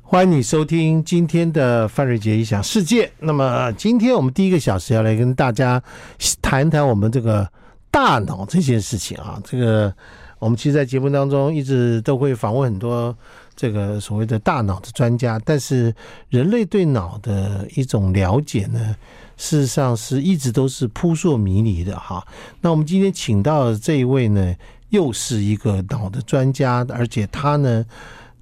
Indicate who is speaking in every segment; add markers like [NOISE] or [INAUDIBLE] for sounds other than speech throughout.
Speaker 1: 欢迎你收听今天的范瑞杰一想世界。那么今天我们第一个小时要来跟大家谈谈我们这个大脑这件事情啊。这个我们其实，在节目当中一直都会访问很多这个所谓的大脑的专家，但是人类对脑的一种了解呢，事实上是一直都是扑朔迷离的哈。那我们今天请到的这一位呢，又是一个脑的专家，而且他呢。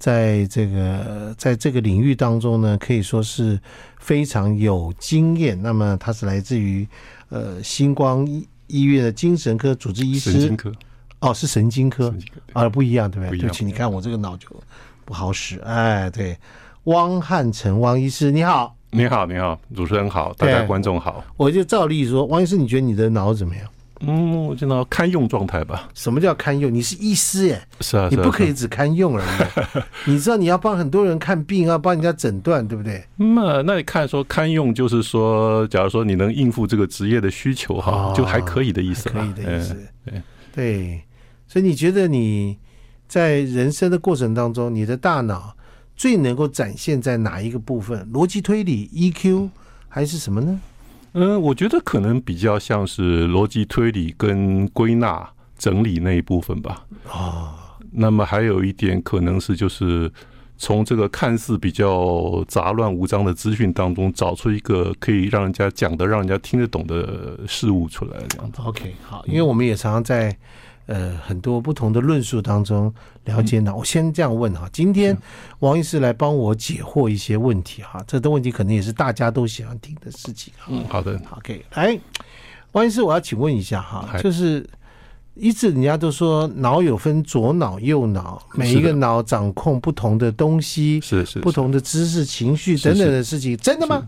Speaker 1: 在这个在这个领域当中呢，可以说是非常有经验。那么他是来自于呃星光医医院的精神科主治医
Speaker 2: 神经
Speaker 1: 师，
Speaker 2: 科，
Speaker 1: 哦，是神经科
Speaker 2: 神经科
Speaker 1: 啊，不一样对不
Speaker 2: 不
Speaker 1: 对？
Speaker 2: 一
Speaker 1: 对
Speaker 2: 样
Speaker 1: 不起，你看我这个脑就不好使，哎，对，汪汉成汪医师你好，
Speaker 2: 你好，你好，主持人好，大
Speaker 1: 对
Speaker 2: 家观众好。
Speaker 1: 我就照例说，汪医师，你觉得你的脑怎么样？
Speaker 2: 嗯，我见到堪用状态吧。
Speaker 1: 什么叫堪用？你是医师耶，
Speaker 2: 是啊，
Speaker 1: 你
Speaker 2: 是啊
Speaker 1: 不可。
Speaker 2: 是
Speaker 1: 以
Speaker 2: 啊
Speaker 1: 只堪用而
Speaker 2: [LAUGHS]
Speaker 1: 已。啊你知道你要帮很多人看病，要帮人家诊断，对不对？
Speaker 2: 嗯那那你看说堪用，就是说，假如说你能应付这个职业的需求哈
Speaker 1: 哦，
Speaker 2: 就还可以的意思
Speaker 1: 可
Speaker 2: 吧。
Speaker 1: 以的意思
Speaker 2: 嗯。对
Speaker 1: 对，所以你觉得你在人生的过程当中，你的大脑最能够展现在哪一个部分？逻辑推理、EQ 还是什么呢？
Speaker 2: 嗯，我觉得可能比较像是逻辑推理跟归纳整理那一部分吧。
Speaker 1: 哦，
Speaker 2: 那么还有一点可能是就是。从这个看似比较杂乱无章的资讯当中，找出一个可以让人家讲的、让人家听得懂的事物出来，这样子。
Speaker 1: OK，好，
Speaker 2: 嗯
Speaker 1: 因为我们也常常在呃很多不同的论述当中了解脑。我先这样问
Speaker 2: 嗯
Speaker 1: 哈，今天王医师来帮我解惑一些问题哈，这的问题可能也是大家都喜欢听的事情哈。
Speaker 2: 嗯，好的。
Speaker 1: 好，可以。哎，王医师，我要请问一下哈，
Speaker 2: 嗨
Speaker 1: 就是一直人家都说脑有分左脑、右脑，每一
Speaker 2: 是
Speaker 1: 个
Speaker 2: 的
Speaker 1: 脑掌控不同的东西、
Speaker 2: 是是
Speaker 1: 不
Speaker 2: 是，
Speaker 1: 同的知识、情绪
Speaker 2: 是
Speaker 1: 等等的事情，真的吗？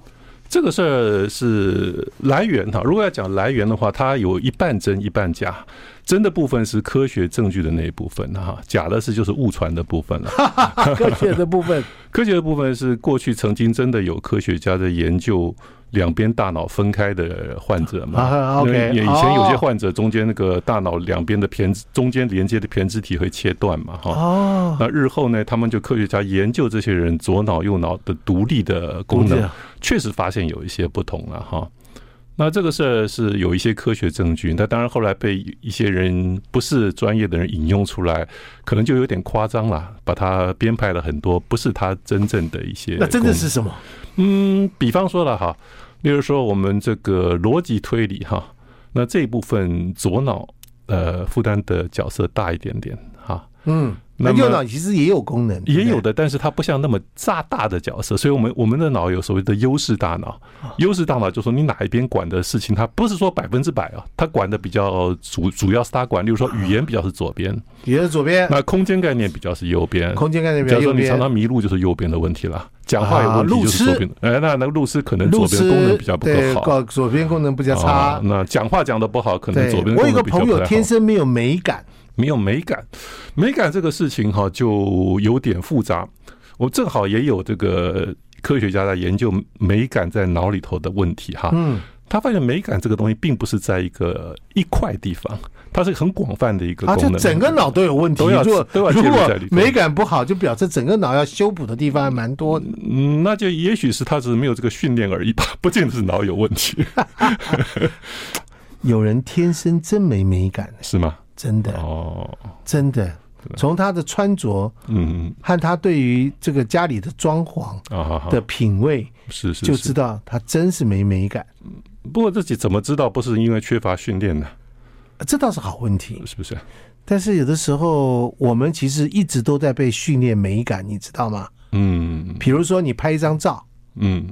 Speaker 2: 这个事儿是来源哈。如果要讲来源的话，它有一半真一半假。真的部分是科学证据的那一部分哈，假的是就是误传的部分了。
Speaker 1: 啊科学的部
Speaker 2: [LAUGHS]
Speaker 1: 分
Speaker 2: 科学的部分是过去曾经真的有科学家在研究两边大脑分开的患者嘛。
Speaker 1: 啊
Speaker 2: 因为
Speaker 1: ，OK，
Speaker 2: 也以前有些
Speaker 1: 哦
Speaker 2: 患者中间那个大脑两边的胼中间连接的胼胝体会切断嘛哈。
Speaker 1: 哦，
Speaker 2: 那日后呢，他们就科学家研究这些人左脑右脑的独立的功能
Speaker 1: 对，啊
Speaker 2: 确实发现有一些不同了哈。那这个事儿是有一些科学证据，那当然后来被一些人不是专业的人引用出来，可能就有点夸张了，把它编排了很多不是他真正的一些。
Speaker 1: 那真的是什么？
Speaker 2: 嗯，比方说了哈，例如说我们这个逻辑推理哈，那这一部分左脑呃负担的角色大一点点哈，
Speaker 1: 嗯，那
Speaker 2: 那么
Speaker 1: 右脑其实也有功能，对不
Speaker 2: 也
Speaker 1: 对
Speaker 2: 有的，但是它不像那么炸大的角色，所以我们我们的脑有所谓的优势大脑，
Speaker 1: 啊
Speaker 2: 优势大脑就说你哪一边管的事情，它不是说百分之百啊，它管的比较主主要是它管，例如说语言比较是左边，
Speaker 1: 也是左边，
Speaker 2: 那空间概念比较是右边。
Speaker 1: 哎空间概念比
Speaker 2: 假
Speaker 1: 较
Speaker 2: 如
Speaker 1: 右
Speaker 2: 说你
Speaker 1: 边
Speaker 2: 常。常迷路，就是右边的问题了。讲话有问
Speaker 1: 啊
Speaker 2: 题
Speaker 1: 路
Speaker 2: 就是左边的，哎，那那路痴可能左
Speaker 1: 路
Speaker 2: 边功能
Speaker 1: 痴
Speaker 2: 比较不够
Speaker 1: 对，
Speaker 2: 好。
Speaker 1: 搞左边功能比较
Speaker 2: 哦
Speaker 1: 差。
Speaker 2: 那讲话讲的不好，可能
Speaker 1: 对
Speaker 2: 左边，的
Speaker 1: 我有一
Speaker 2: 功
Speaker 1: 个
Speaker 2: 能比较
Speaker 1: 朋
Speaker 2: 不太
Speaker 1: 友
Speaker 2: 好
Speaker 1: 天生没有美感，
Speaker 2: 没有美感，美感这个事情哈就有点复杂。我正好也有这个科学家在研究美感在脑里头的问题哈。
Speaker 1: 嗯，
Speaker 2: 他发现美感这个东西并不是在一个一块地方，它是很广泛的一个
Speaker 1: 啊，
Speaker 2: 功
Speaker 1: 就
Speaker 2: 能。
Speaker 1: 整个脑都有问题。
Speaker 2: 都要
Speaker 1: 如果
Speaker 2: 都要介
Speaker 1: 如
Speaker 2: 入
Speaker 1: 果
Speaker 2: 在里头
Speaker 1: 美感不好，就表示整个脑要修补的地方还蛮多的。
Speaker 2: 嗯，那就也许是他只是没有这个训练而已吧， [LAUGHS] 不见得是脑有问
Speaker 1: [LAUGHS]
Speaker 2: 题，
Speaker 1: 有人天生真没美感，
Speaker 2: 是吗？
Speaker 1: 真的
Speaker 2: 哦，
Speaker 1: 真的。从他的穿着
Speaker 2: 嗯
Speaker 1: 和他对于这个家里的装潢
Speaker 2: 啊，好好
Speaker 1: 的品味，
Speaker 2: 是是
Speaker 1: 就是知。道他真是没美感。
Speaker 2: 不过自己怎么知道不是因为缺乏训练呢？
Speaker 1: 呃这倒是好问题，
Speaker 2: 是不是？
Speaker 1: 但是有的时候我们其实一直都在被训练美感，你知道吗？
Speaker 2: 嗯
Speaker 1: 比如说你拍一张照，
Speaker 2: 嗯，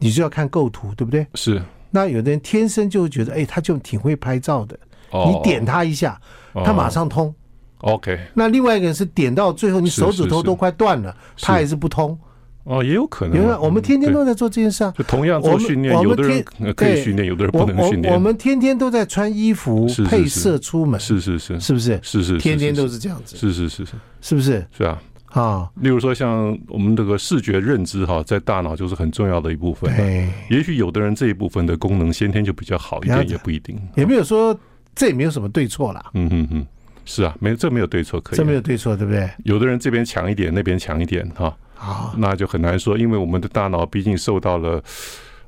Speaker 1: 你就要看构图，对不对？
Speaker 2: 是。
Speaker 1: 那有的人天生就觉得，哎，他就挺会拍照的，
Speaker 2: 哦
Speaker 1: 你点他一下，他马上通。
Speaker 2: OK，
Speaker 1: 那另外一个人是点到最后，你
Speaker 2: 是
Speaker 1: 手指头
Speaker 2: 是
Speaker 1: 都快断了，
Speaker 2: 是
Speaker 1: 他还是不通。
Speaker 2: 哦，也有可能啊。
Speaker 1: 因为我们天天
Speaker 2: 对
Speaker 1: 都在做这件事啊，
Speaker 2: 就同样
Speaker 1: 我
Speaker 2: 做
Speaker 1: 们
Speaker 2: 训练
Speaker 1: 我，们
Speaker 2: 有的人
Speaker 1: 天
Speaker 2: 呃可以
Speaker 1: 对
Speaker 2: 训练，有的人
Speaker 1: 我
Speaker 2: 不能训
Speaker 1: 我我
Speaker 2: 练。
Speaker 1: 们天天都在穿衣服
Speaker 2: 是是
Speaker 1: 配色出门，
Speaker 2: 是是是
Speaker 1: 是不是？
Speaker 2: 是是，
Speaker 1: 天天都
Speaker 2: 是
Speaker 1: 是这样子，
Speaker 2: 是是是是
Speaker 1: 是不是
Speaker 2: 是啊。
Speaker 1: 啊？
Speaker 2: 例如说，像我们这个视觉认知哈，在大脑就是很重要的一部分。
Speaker 1: 对，
Speaker 2: 也许有的人这一部分的功能先天就比较好一
Speaker 1: 比较
Speaker 2: 点，
Speaker 1: 好
Speaker 2: 也不一定。
Speaker 1: 也没有说这也没有什么对错啦，
Speaker 2: 嗯嗯嗯，是啊，没这没有对错可
Speaker 1: 这没
Speaker 2: 以。
Speaker 1: 有对错，对不对？
Speaker 2: 有的人这边强一点，那边强一点哈、
Speaker 1: 啊，
Speaker 2: 那就很难说，因为我们的大脑毕竟受到了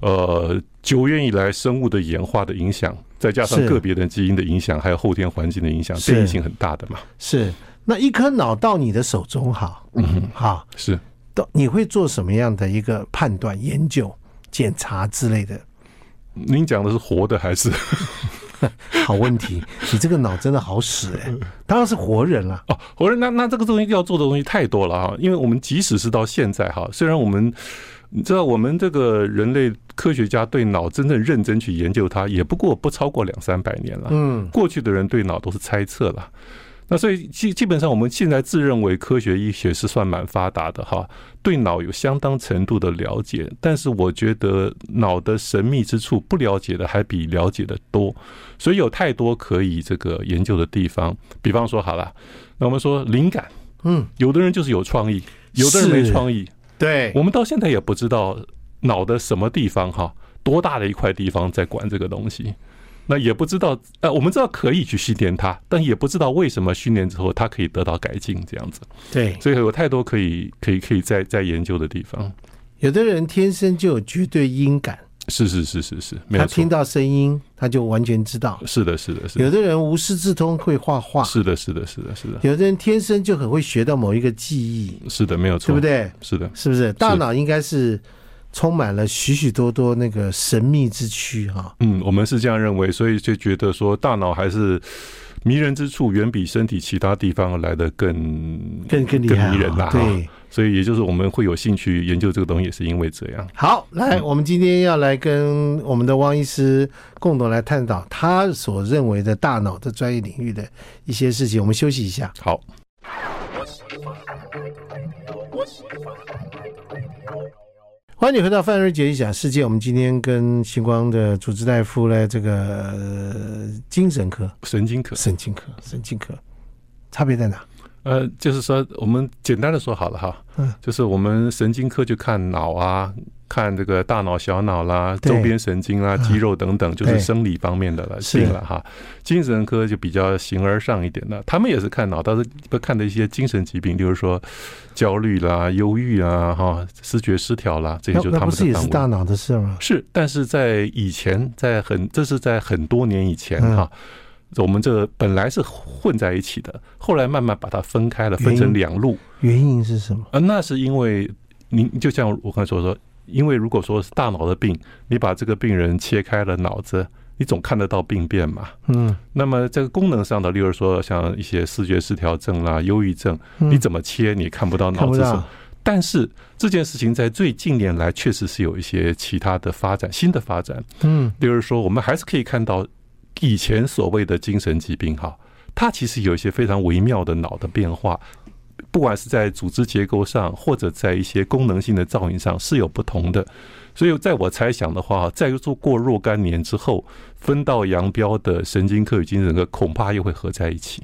Speaker 2: 呃久远以来生物的演化的影响，再加上
Speaker 1: 是
Speaker 2: 个别的基因的影响，还有后天环境的影响，
Speaker 1: 是
Speaker 2: 变异性很大的嘛。
Speaker 1: 是。那一颗脑到你的手中，好，
Speaker 2: 嗯哼，
Speaker 1: 好，
Speaker 2: 是
Speaker 1: 到你会做什么样的一个判断、研究、检查之类的？
Speaker 2: 您讲的是活的还是 [LAUGHS]
Speaker 1: 好问题，你这个脑真的好使
Speaker 2: [LAUGHS]。
Speaker 1: 哎、当然是活人啊了
Speaker 2: 哦，我说那那这个东西要做的东西太多了哈，因为我们即使是到现在哈，虽然我们你知道我们这个人类科学家对脑真正认真去研究它，也不过不超过两三百年了。
Speaker 1: 嗯，
Speaker 2: 过去的人对脑都是猜测了。那所以基基本上我们现在自认为科学医学是算蛮发达的哈，对脑有相当程度的了解，但是我觉得脑的神秘之处不了解的还比了解的多，所以有太多可以这个研究的地方。比方说好了，那我们说灵感，
Speaker 1: 嗯，
Speaker 2: 有的人就是有创意，有的人没创意，
Speaker 1: 对，
Speaker 2: 我们到现在也不知道脑的什么地方哈，多大的一块地方在管这个东西。那也不知道，呃，我们知道可以去训练它，但也不知道为什么训练之后它可以得到改进，这样子，
Speaker 1: 对，
Speaker 2: 所以有太多可以、可以、可以再再研究的地方。
Speaker 1: 有的人天生就有绝对音感，
Speaker 2: 是是是是是，没有
Speaker 1: 他
Speaker 2: 错
Speaker 1: 听，到声音他就完全知道。
Speaker 2: 是的，是的，是
Speaker 1: 有
Speaker 2: 的，
Speaker 1: 的人无师自通会画画，
Speaker 2: 是的，是的，是的，是的，
Speaker 1: 有的人天生就很会学到某一个技艺，
Speaker 2: 是的，没有错，
Speaker 1: 对不？对？
Speaker 2: 是的，
Speaker 1: 是不是？大脑应该是充满了许许多多那个神秘之区哈、
Speaker 2: 嗯，我们是这样认为，所以就觉得说大脑还是迷人之处远比身体其他地方来的更
Speaker 1: 更更厉害、啊，
Speaker 2: 更迷人啦
Speaker 1: 对，
Speaker 2: 所以也就是我们会有兴趣研究这个东西，也是因为这样。
Speaker 1: 好，来，我们今天要来跟我们的汪医师共同来探讨他所认为的大脑的专业领域的一些事情。我们休息一下。
Speaker 2: 好，
Speaker 1: 欢迎你回到范瑞杰一讲世界。我们今天跟星光的主治大夫呢，这个、呃精神科、
Speaker 2: 神经科，
Speaker 1: 神经科、神经科，差别在哪？
Speaker 2: 呃，就是说我们简单的说好了哈，
Speaker 1: 嗯，
Speaker 2: 就是我们神经科就看脑啊，看这个大脑、小脑啦、
Speaker 1: 对
Speaker 2: 周边神经啦、
Speaker 1: 嗯
Speaker 2: 肌肉等等，就
Speaker 1: 对
Speaker 2: 是生理方面的了
Speaker 1: 是
Speaker 2: 病了哈。精神科就比较形而上一点的，他们也是看脑，但是看的一些精神疾病，例如说焦虑啦、忧郁啊、哈、视觉失调啦，这些
Speaker 1: 那
Speaker 2: 就是
Speaker 1: 那
Speaker 2: 他
Speaker 1: 不
Speaker 2: 们
Speaker 1: 是
Speaker 2: 的
Speaker 1: 也
Speaker 2: 范
Speaker 1: 是
Speaker 2: 围。
Speaker 1: 大脑的事吗？
Speaker 2: 是，但是在以前，在很这是在很多年以前
Speaker 1: 嗯
Speaker 2: 哈、我们这本来是混在一起的，后来慢慢把它分开了，
Speaker 1: 原因
Speaker 2: 分成两路。
Speaker 1: 原因是什么？
Speaker 2: 呃，那是因为您就像我刚才所说，因为如果说是大脑的病，你把这个病人切开了脑子，你总看得到病变嘛。
Speaker 1: 嗯，
Speaker 2: 那么这个功能上的，例如说像一些视觉失调症啦、忧郁症，
Speaker 1: 嗯
Speaker 2: 你怎么切你也看不到
Speaker 1: 看
Speaker 2: 脑
Speaker 1: 不
Speaker 2: 子什么
Speaker 1: 到？
Speaker 2: 但是这件事情在最近年来确实是有一些其他的发展，新的发展。
Speaker 1: 嗯，
Speaker 2: 例如说，我们还是可以看到以前所谓的精神疾病哈，它其实有一些非常微妙的脑的变化，不管是在组织结构上，或者在一些功能性的造影上是有不同的。所以，在我猜想的话，在做过若干年之后，分道扬镳的神经科与精神科恐怕又会合在一起，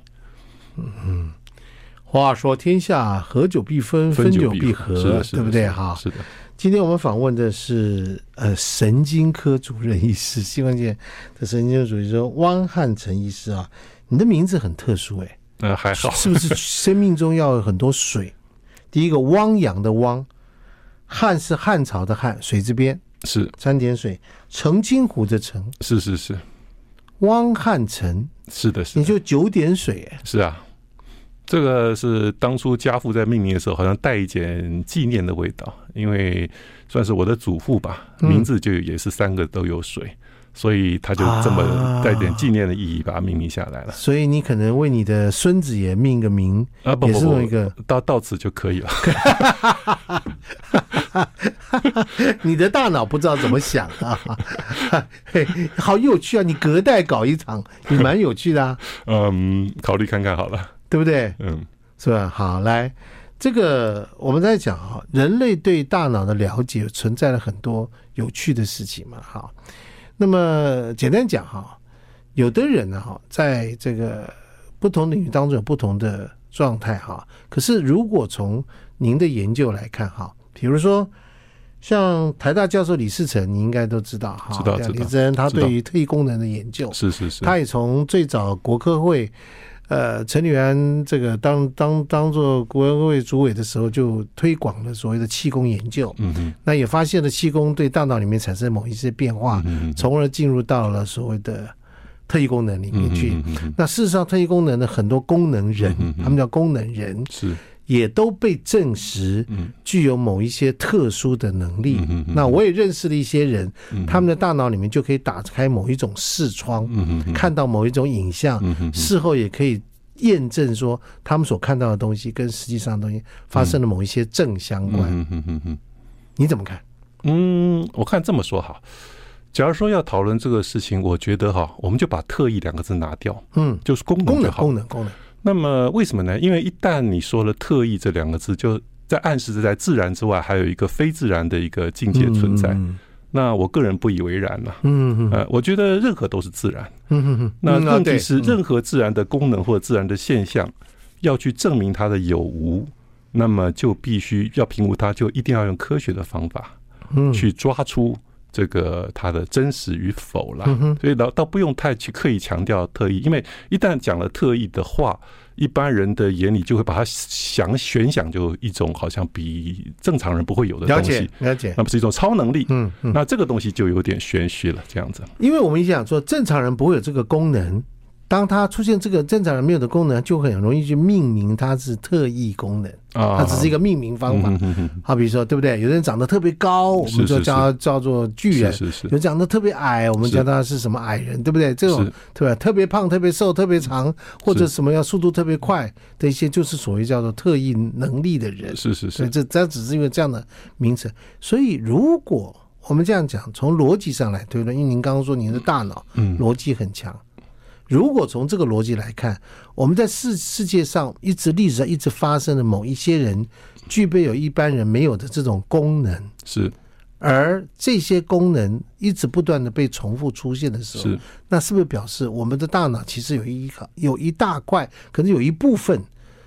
Speaker 1: 话说天下合久必分，分久必合，
Speaker 2: 是的，是的
Speaker 1: 对不对？
Speaker 2: 是的
Speaker 1: 哈，
Speaker 2: 是的，
Speaker 1: 今天我们访问的是呃神经科主任医师，新闻界的神经科主任医师汪汉成医师啊，你的名字很特殊哎、
Speaker 2: 那呃还好，
Speaker 1: 是不
Speaker 2: [LAUGHS]
Speaker 1: 是生命中要有很多水？第一个汪洋的汪，汉是汉朝的汉，水之边
Speaker 2: 是
Speaker 1: 三点水，澄清湖的澄，
Speaker 2: 是是是
Speaker 1: 汪汉成，
Speaker 2: 是的，是
Speaker 1: 你
Speaker 2: 的，
Speaker 1: 就九点水哎、
Speaker 2: 是啊。这个是当初家父在命名的时候，好像带一点纪念的味道，因为算是我的祖父吧，
Speaker 1: 嗯
Speaker 2: 名字就也是三个都有水，所以他就这么
Speaker 1: 啊
Speaker 2: 带点纪念的意义把它命名下来了。
Speaker 1: 所以你可能为你的孙子也命个名，
Speaker 2: 啊，不
Speaker 1: 也
Speaker 2: 不
Speaker 1: 是
Speaker 2: 不
Speaker 1: 弄一，个。
Speaker 2: 到到此就可以了。 [LAUGHS]
Speaker 1: 你的大脑不知道怎么想啊， [LAUGHS] 嘿，好有趣啊！你隔代搞一场也蛮有趣的啊，
Speaker 2: 嗯，考虑看看好了。
Speaker 1: 对不对？
Speaker 2: 嗯，
Speaker 1: 是吧？好，来，这个我们在讲哈，人类对大脑的了解存在了很多有趣的事情嘛，哈。那么简单讲哈，有的人呢哈，在这个不同领域当中有不同的状态哈。可是如果从您的研究来看哈，比如说。像台大教授李世成，你应该都知道哈。
Speaker 2: 知道
Speaker 1: 像
Speaker 2: 知道
Speaker 1: 李世成他
Speaker 2: 知道
Speaker 1: 对于特异功能的研究，
Speaker 2: 是是是，
Speaker 1: 他也从最早国科会，呃，陈履安这个当当当做国安会主委的时候，就推广了所谓的气功研究。
Speaker 2: 嗯哼
Speaker 1: 那也发现了气功对大脑里面产生某一些变化，
Speaker 2: 嗯哼，
Speaker 1: 从而进入到了所谓的特异功能里面去。
Speaker 2: 嗯哼嗯哼
Speaker 1: 那事实上，特异功能的很多功能人
Speaker 2: 嗯嗯，嗯
Speaker 1: 他们叫功能人，
Speaker 2: 是，
Speaker 1: 也都被证实
Speaker 2: 嗯
Speaker 1: 具有某一些特殊的能力
Speaker 2: 嗯嗯。嗯
Speaker 1: 那我也认识了一些人，
Speaker 2: 嗯，
Speaker 1: 他们的大脑里面就可以打开某一种视窗，
Speaker 2: 嗯哼嗯哼，
Speaker 1: 看到某一种影像，
Speaker 2: 嗯哼，嗯哼
Speaker 1: 事后也可以验证说他们所看到的东西跟实际上的东西发生了某一些正相关。
Speaker 2: 嗯哼嗯哼嗯哼
Speaker 1: 你怎么看？
Speaker 2: 嗯，我看这么说哈，假如说要讨论这个事情，我觉得哈，我们就把“特异”两个字拿掉，
Speaker 1: 嗯，
Speaker 2: 就是功能
Speaker 1: 功
Speaker 2: 就
Speaker 1: 能
Speaker 2: 好。
Speaker 1: 功能功能，
Speaker 2: 那么为什么呢？因为一旦你说了“特异”这两个字，就在暗示着在自然之外还有一个非自然的一个境界存在。
Speaker 1: 嗯
Speaker 2: 那我个人不以为然了、
Speaker 1: 嗯嗯
Speaker 2: 呃，我觉得任何都是自然。
Speaker 1: 嗯嗯，
Speaker 2: 那
Speaker 1: 嗯啊
Speaker 2: 问题
Speaker 1: 对
Speaker 2: 是，
Speaker 1: 嗯
Speaker 2: 任何自然的功能或自然的现象，要去证明它的有无，那么就必须要评估它，就一定要用科学的方法
Speaker 1: 嗯
Speaker 2: 去抓出这个它的真实与否啦。
Speaker 1: 嗯哼
Speaker 2: 所以倒倒不用太去刻意强调特意，因为一旦讲了特意的话，一般人的眼里就会把它想悬想就一种好像比正常人不会有的
Speaker 1: 了
Speaker 2: 东
Speaker 1: 解
Speaker 2: 西，
Speaker 1: 了解，
Speaker 2: 那么是一种超能力。
Speaker 1: 嗯嗯，
Speaker 2: 那这个东西就有点玄虚了，这样子。
Speaker 1: 因为我们一讲说正常人不会有这个功能。当他出现这个正常人没有的功能，就很容易去命名它是特异功能，
Speaker 2: 啊嗯
Speaker 1: 它只是一
Speaker 2: 个
Speaker 1: 个命名方法。好比说，对不对？有的人长得特别高，我
Speaker 2: 是
Speaker 1: 们就是叫他叫做巨人；
Speaker 2: 是是
Speaker 1: 有长得特别矮，我们
Speaker 2: 是
Speaker 1: 叫他是什么矮人，对不对？这种
Speaker 2: 是
Speaker 1: 对吧？特别胖、特别瘦、特别长，或者什么要速度特别快的一些，就是所谓叫做特异能力的人。
Speaker 2: 是是
Speaker 1: 所以
Speaker 2: 是，
Speaker 1: 这这只是因为这样的名词。所以如果我们这样讲，从逻辑上来推论，因为您刚刚说您的大脑
Speaker 2: 嗯
Speaker 1: 逻辑很强。如果从这个逻辑来看，我们在世世界上一直历史上一直发生的某一些人具备有一般人没有的这种功能，
Speaker 2: 是
Speaker 1: 而这些功能一直不断的被重复出现的时候
Speaker 2: 是，
Speaker 1: 那是不是表示我们的大脑其实有一个有一大块，可能有一部分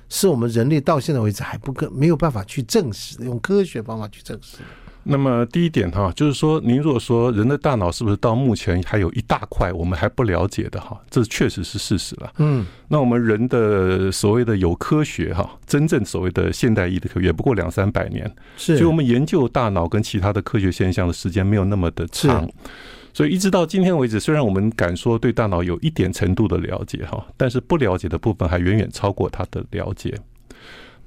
Speaker 1: 是我们人类到现在为止还不可没有办法去证实的，用科学方法去证实的？
Speaker 2: 那么第一点哈，就是说，您如果说人的大脑是不是到目前还有一大块我们还不了解的哈，这确实是事实了。
Speaker 1: 嗯，
Speaker 2: 那我们人的所谓的有科学哈，真正所谓的现代医的科学，也不过两三百年，
Speaker 1: 是
Speaker 2: 所以我们研究大脑跟其他的科学现象的时间没有那么的长。所以一直到今天为止，虽然我们敢说对大脑有一点程度的了解哈，但是不了解的部分还远远超过它的了解。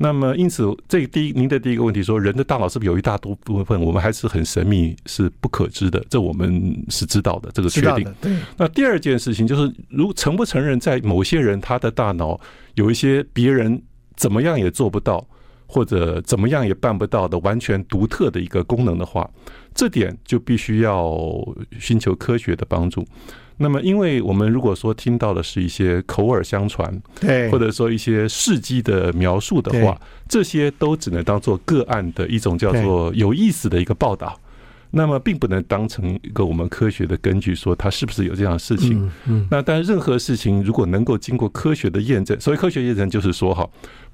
Speaker 2: 那么，因此，这第一，您的第一个问题说，人的大脑是不是有一大多部分我们还是很神秘、是不可知的？这我们是知道的，这个确
Speaker 1: 知道
Speaker 2: 定。
Speaker 1: 的，对，
Speaker 2: 那第二件事情就是，如承不承认，在某些人他的大脑有一些别人怎么样也做不到，或者怎么样也办不到的完全独特的一个功能的话，这点就必须要寻求科学的帮助。那么，因为我们如果说听到的是一些口耳相传，
Speaker 1: 对，
Speaker 2: 或者说一些事迹的描述的话，这些都只能当做个案的一种叫做有意思的一个报道。那么，并不能当成一个我们科学的根据，说它是不是有这样的事情。
Speaker 1: 嗯嗯，
Speaker 2: 那但任何事情如果能够经过科学的验证，所以科学验证就是说哈，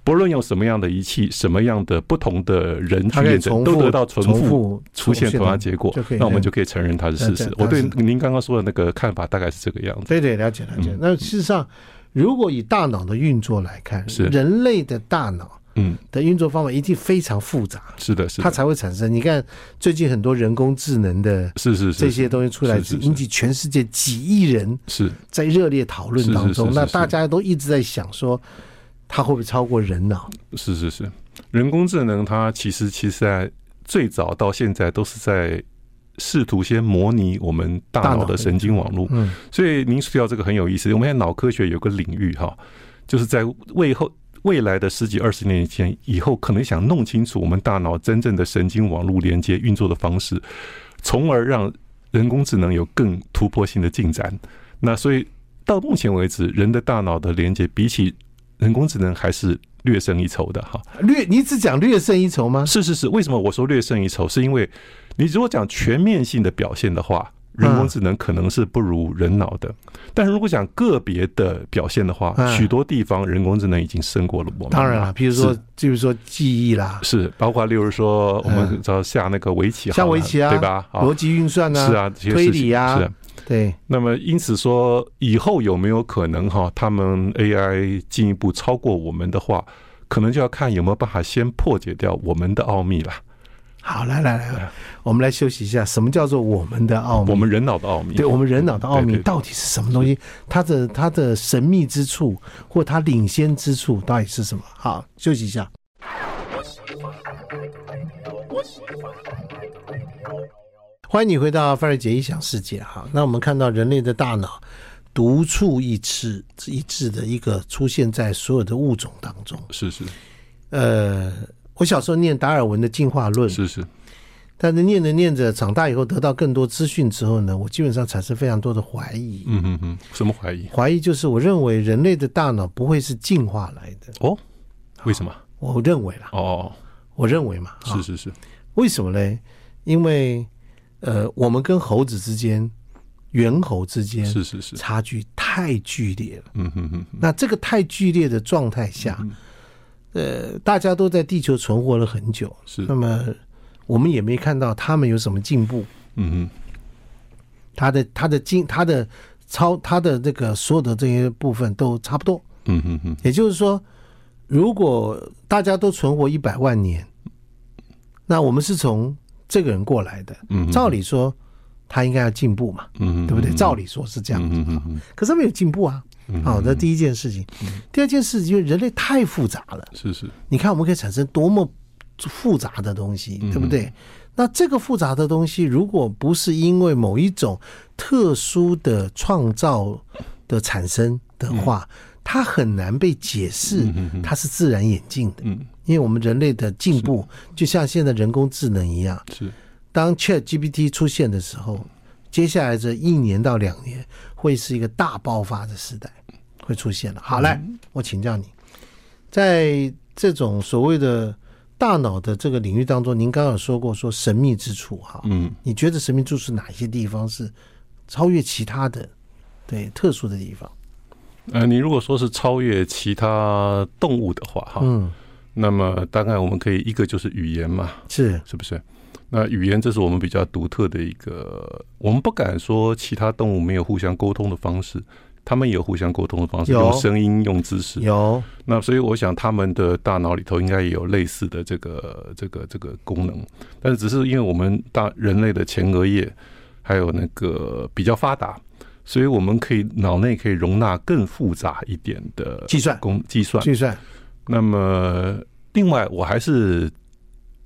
Speaker 2: 不论用什么样的仪器、什么样的不同的人去
Speaker 1: 它可以
Speaker 2: 验证，
Speaker 1: 重
Speaker 2: 都
Speaker 1: 复
Speaker 2: 得到重复
Speaker 1: 复
Speaker 2: 出现同样结果
Speaker 1: 就可以，
Speaker 2: 那我们
Speaker 1: 认
Speaker 2: 就可以承认它是事
Speaker 1: 嗯
Speaker 2: 实。
Speaker 1: 对
Speaker 2: 我对
Speaker 1: 它是
Speaker 2: 您刚刚说的那个看法大概是这个样子。
Speaker 1: 对对，了解了解
Speaker 2: 嗯。
Speaker 1: 那事实上，如果以大脑的运作来看，
Speaker 2: 是
Speaker 1: 人类的大脑
Speaker 2: 嗯，
Speaker 1: 的运作方法一定非常复杂，
Speaker 2: 是的，是
Speaker 1: 它
Speaker 2: 的，
Speaker 1: 才会产生。你看最近很多人工智能的
Speaker 2: 是是是
Speaker 1: 这些东西出来，
Speaker 2: 是是是
Speaker 1: 引起全世界几亿人
Speaker 2: 是
Speaker 1: 在热烈讨论当
Speaker 2: 是是是
Speaker 1: 中。
Speaker 2: 是
Speaker 1: 那
Speaker 2: 是
Speaker 1: 大家都一直在想说，它会不会超过人脑？
Speaker 2: 是是是，人工智能它其实其实在最早到现在都是在试图先模拟我们大
Speaker 1: 大
Speaker 2: 脑
Speaker 1: 脑
Speaker 2: 的
Speaker 1: 的
Speaker 2: 神经网络。
Speaker 1: 嗯，
Speaker 2: 所以您提到这个很有意思。我们现在脑科学有个领域哈，就是在未后未来的十几二十年前以后，可能想弄清楚我们大脑真正的神经网络连接运作的方式，从而让人工智能有更突破性的进展。那所以到目前为止，人的大脑的连接比起人工智能还是略胜一筹的哈。
Speaker 1: 嗯略你只讲略胜一筹吗？
Speaker 2: 是是是，为什么我说略胜一筹？是因为你如果讲全面性的表现的话，人工智能可能是不如人脑的；但是如果讲个别的表现的话，
Speaker 1: 嗯
Speaker 2: 许多地方人工智能已经胜过了我们。
Speaker 1: 当然了，比如说，比如说记忆啦，
Speaker 2: 嗯是是，包括例如说我们
Speaker 1: 嗯
Speaker 2: 知道下那个围棋好了，
Speaker 1: 下围棋啊
Speaker 2: 对吧？好
Speaker 1: 逻辑运算
Speaker 2: 是
Speaker 1: 啊，
Speaker 2: 啊，这些
Speaker 1: 推
Speaker 2: 事情
Speaker 1: 理啊
Speaker 2: 是啊
Speaker 1: 对，
Speaker 2: 那么因此说，以后有没有可能哈，他们 AI 进一步超过我们的话，可能就要看有没有办法先破解掉我们的奥秘了，
Speaker 1: 好，来来
Speaker 2: 哎
Speaker 1: 来，我们来休息一下。什么叫做我们的奥秘？
Speaker 2: 我们人脑的奥秘。
Speaker 1: 对我们人脑的奥秘
Speaker 2: 对对对
Speaker 1: 到底是什么东西？它的它的神秘之处，或它领先之处到底是什么？好，休息一下。欢迎你回到范瑞杰异想世界哈。那我们看到人类的大脑独处一致一致的一个出现在所有的物种当中。
Speaker 2: 是是
Speaker 1: 呃，我小时候念达尔文的进化论，
Speaker 2: 是是，
Speaker 1: 但是念着念着，长大以后得到更多资讯之后呢，我基本上产生非常多的怀疑。
Speaker 2: 嗯嗯嗯，什么怀疑？
Speaker 1: 怀疑就是我认为人类的大脑不会是进化来的，
Speaker 2: 哦，为什么？
Speaker 1: 我认为啦，
Speaker 2: 哦，
Speaker 1: 我认为嘛，啊
Speaker 2: 是是是，
Speaker 1: 为什么嘞？因为呃，我们跟猴子之间，猿猴之间
Speaker 2: 是是是，
Speaker 1: 差距太剧烈了。
Speaker 2: 嗯嗯嗯嗯，
Speaker 1: 那这个太剧烈的状态下，呃，大家都在地球存活了很久，
Speaker 2: 嗯是，
Speaker 1: 那
Speaker 2: 嗯
Speaker 1: 么我们也没看到他们有什么进步。
Speaker 2: 嗯
Speaker 1: 它的它的经它的超它的这个所有的这些部分都差不多。
Speaker 2: 嗯嗯嗯，
Speaker 1: 也就是说，如果大家都存活一百万年，那我们是从这个人过来的，
Speaker 2: 嗯
Speaker 1: 照理说他应该要进步嘛，
Speaker 2: 嗯，
Speaker 1: 对不对？照
Speaker 2: 理
Speaker 1: 理说是这样子
Speaker 2: 嗯嗯嗯
Speaker 1: 可是没有进步啊。
Speaker 2: 嗯，
Speaker 1: 好，那第一件事情，第二件事情就是人类太复杂了。
Speaker 2: 是是，
Speaker 1: 你看我们可以产生多么复杂的东西，对不对？那这个复杂的东西，如果不是因为某一种特殊的创造的产生的话，它很难被解释，它是自然演进的。
Speaker 2: 嗯
Speaker 1: 因为我们人类的进步，就像现在人工智能一样，
Speaker 2: 是，
Speaker 1: 当 Chat GPT 出现的时候，接下来这一年到两年会是一个大爆发的时代，会出现了。好，来，
Speaker 2: 嗯
Speaker 1: 我请教你，在这种所谓的大脑的这个领域当中，您刚刚有说过说神秘之处哈，
Speaker 2: 嗯。
Speaker 1: 你觉得神秘之处哪些地方是超越其他的，对特殊的地方？
Speaker 2: 呃，你如果说是超越其他动物的话，哈，
Speaker 1: 嗯，
Speaker 2: 那么大概我们可以一个就是语言嘛，
Speaker 1: 是
Speaker 2: 是不是？那语言这是我们比较独特的一个，我们不敢说其他动物没有互相沟通的方式，它们也有互相沟通的方式，
Speaker 1: 有
Speaker 2: 用声音、用姿势。
Speaker 1: 有
Speaker 2: 那所以我想，他们的大脑里头应该也有类似的这个、这个、这个功能，但是只是因为我们大人类的前额叶还有那个比较发达，所以我们可以脑内可以容纳更复杂一点的
Speaker 1: 计算
Speaker 2: 工计算。
Speaker 1: 计算，
Speaker 2: 那么，另外我还是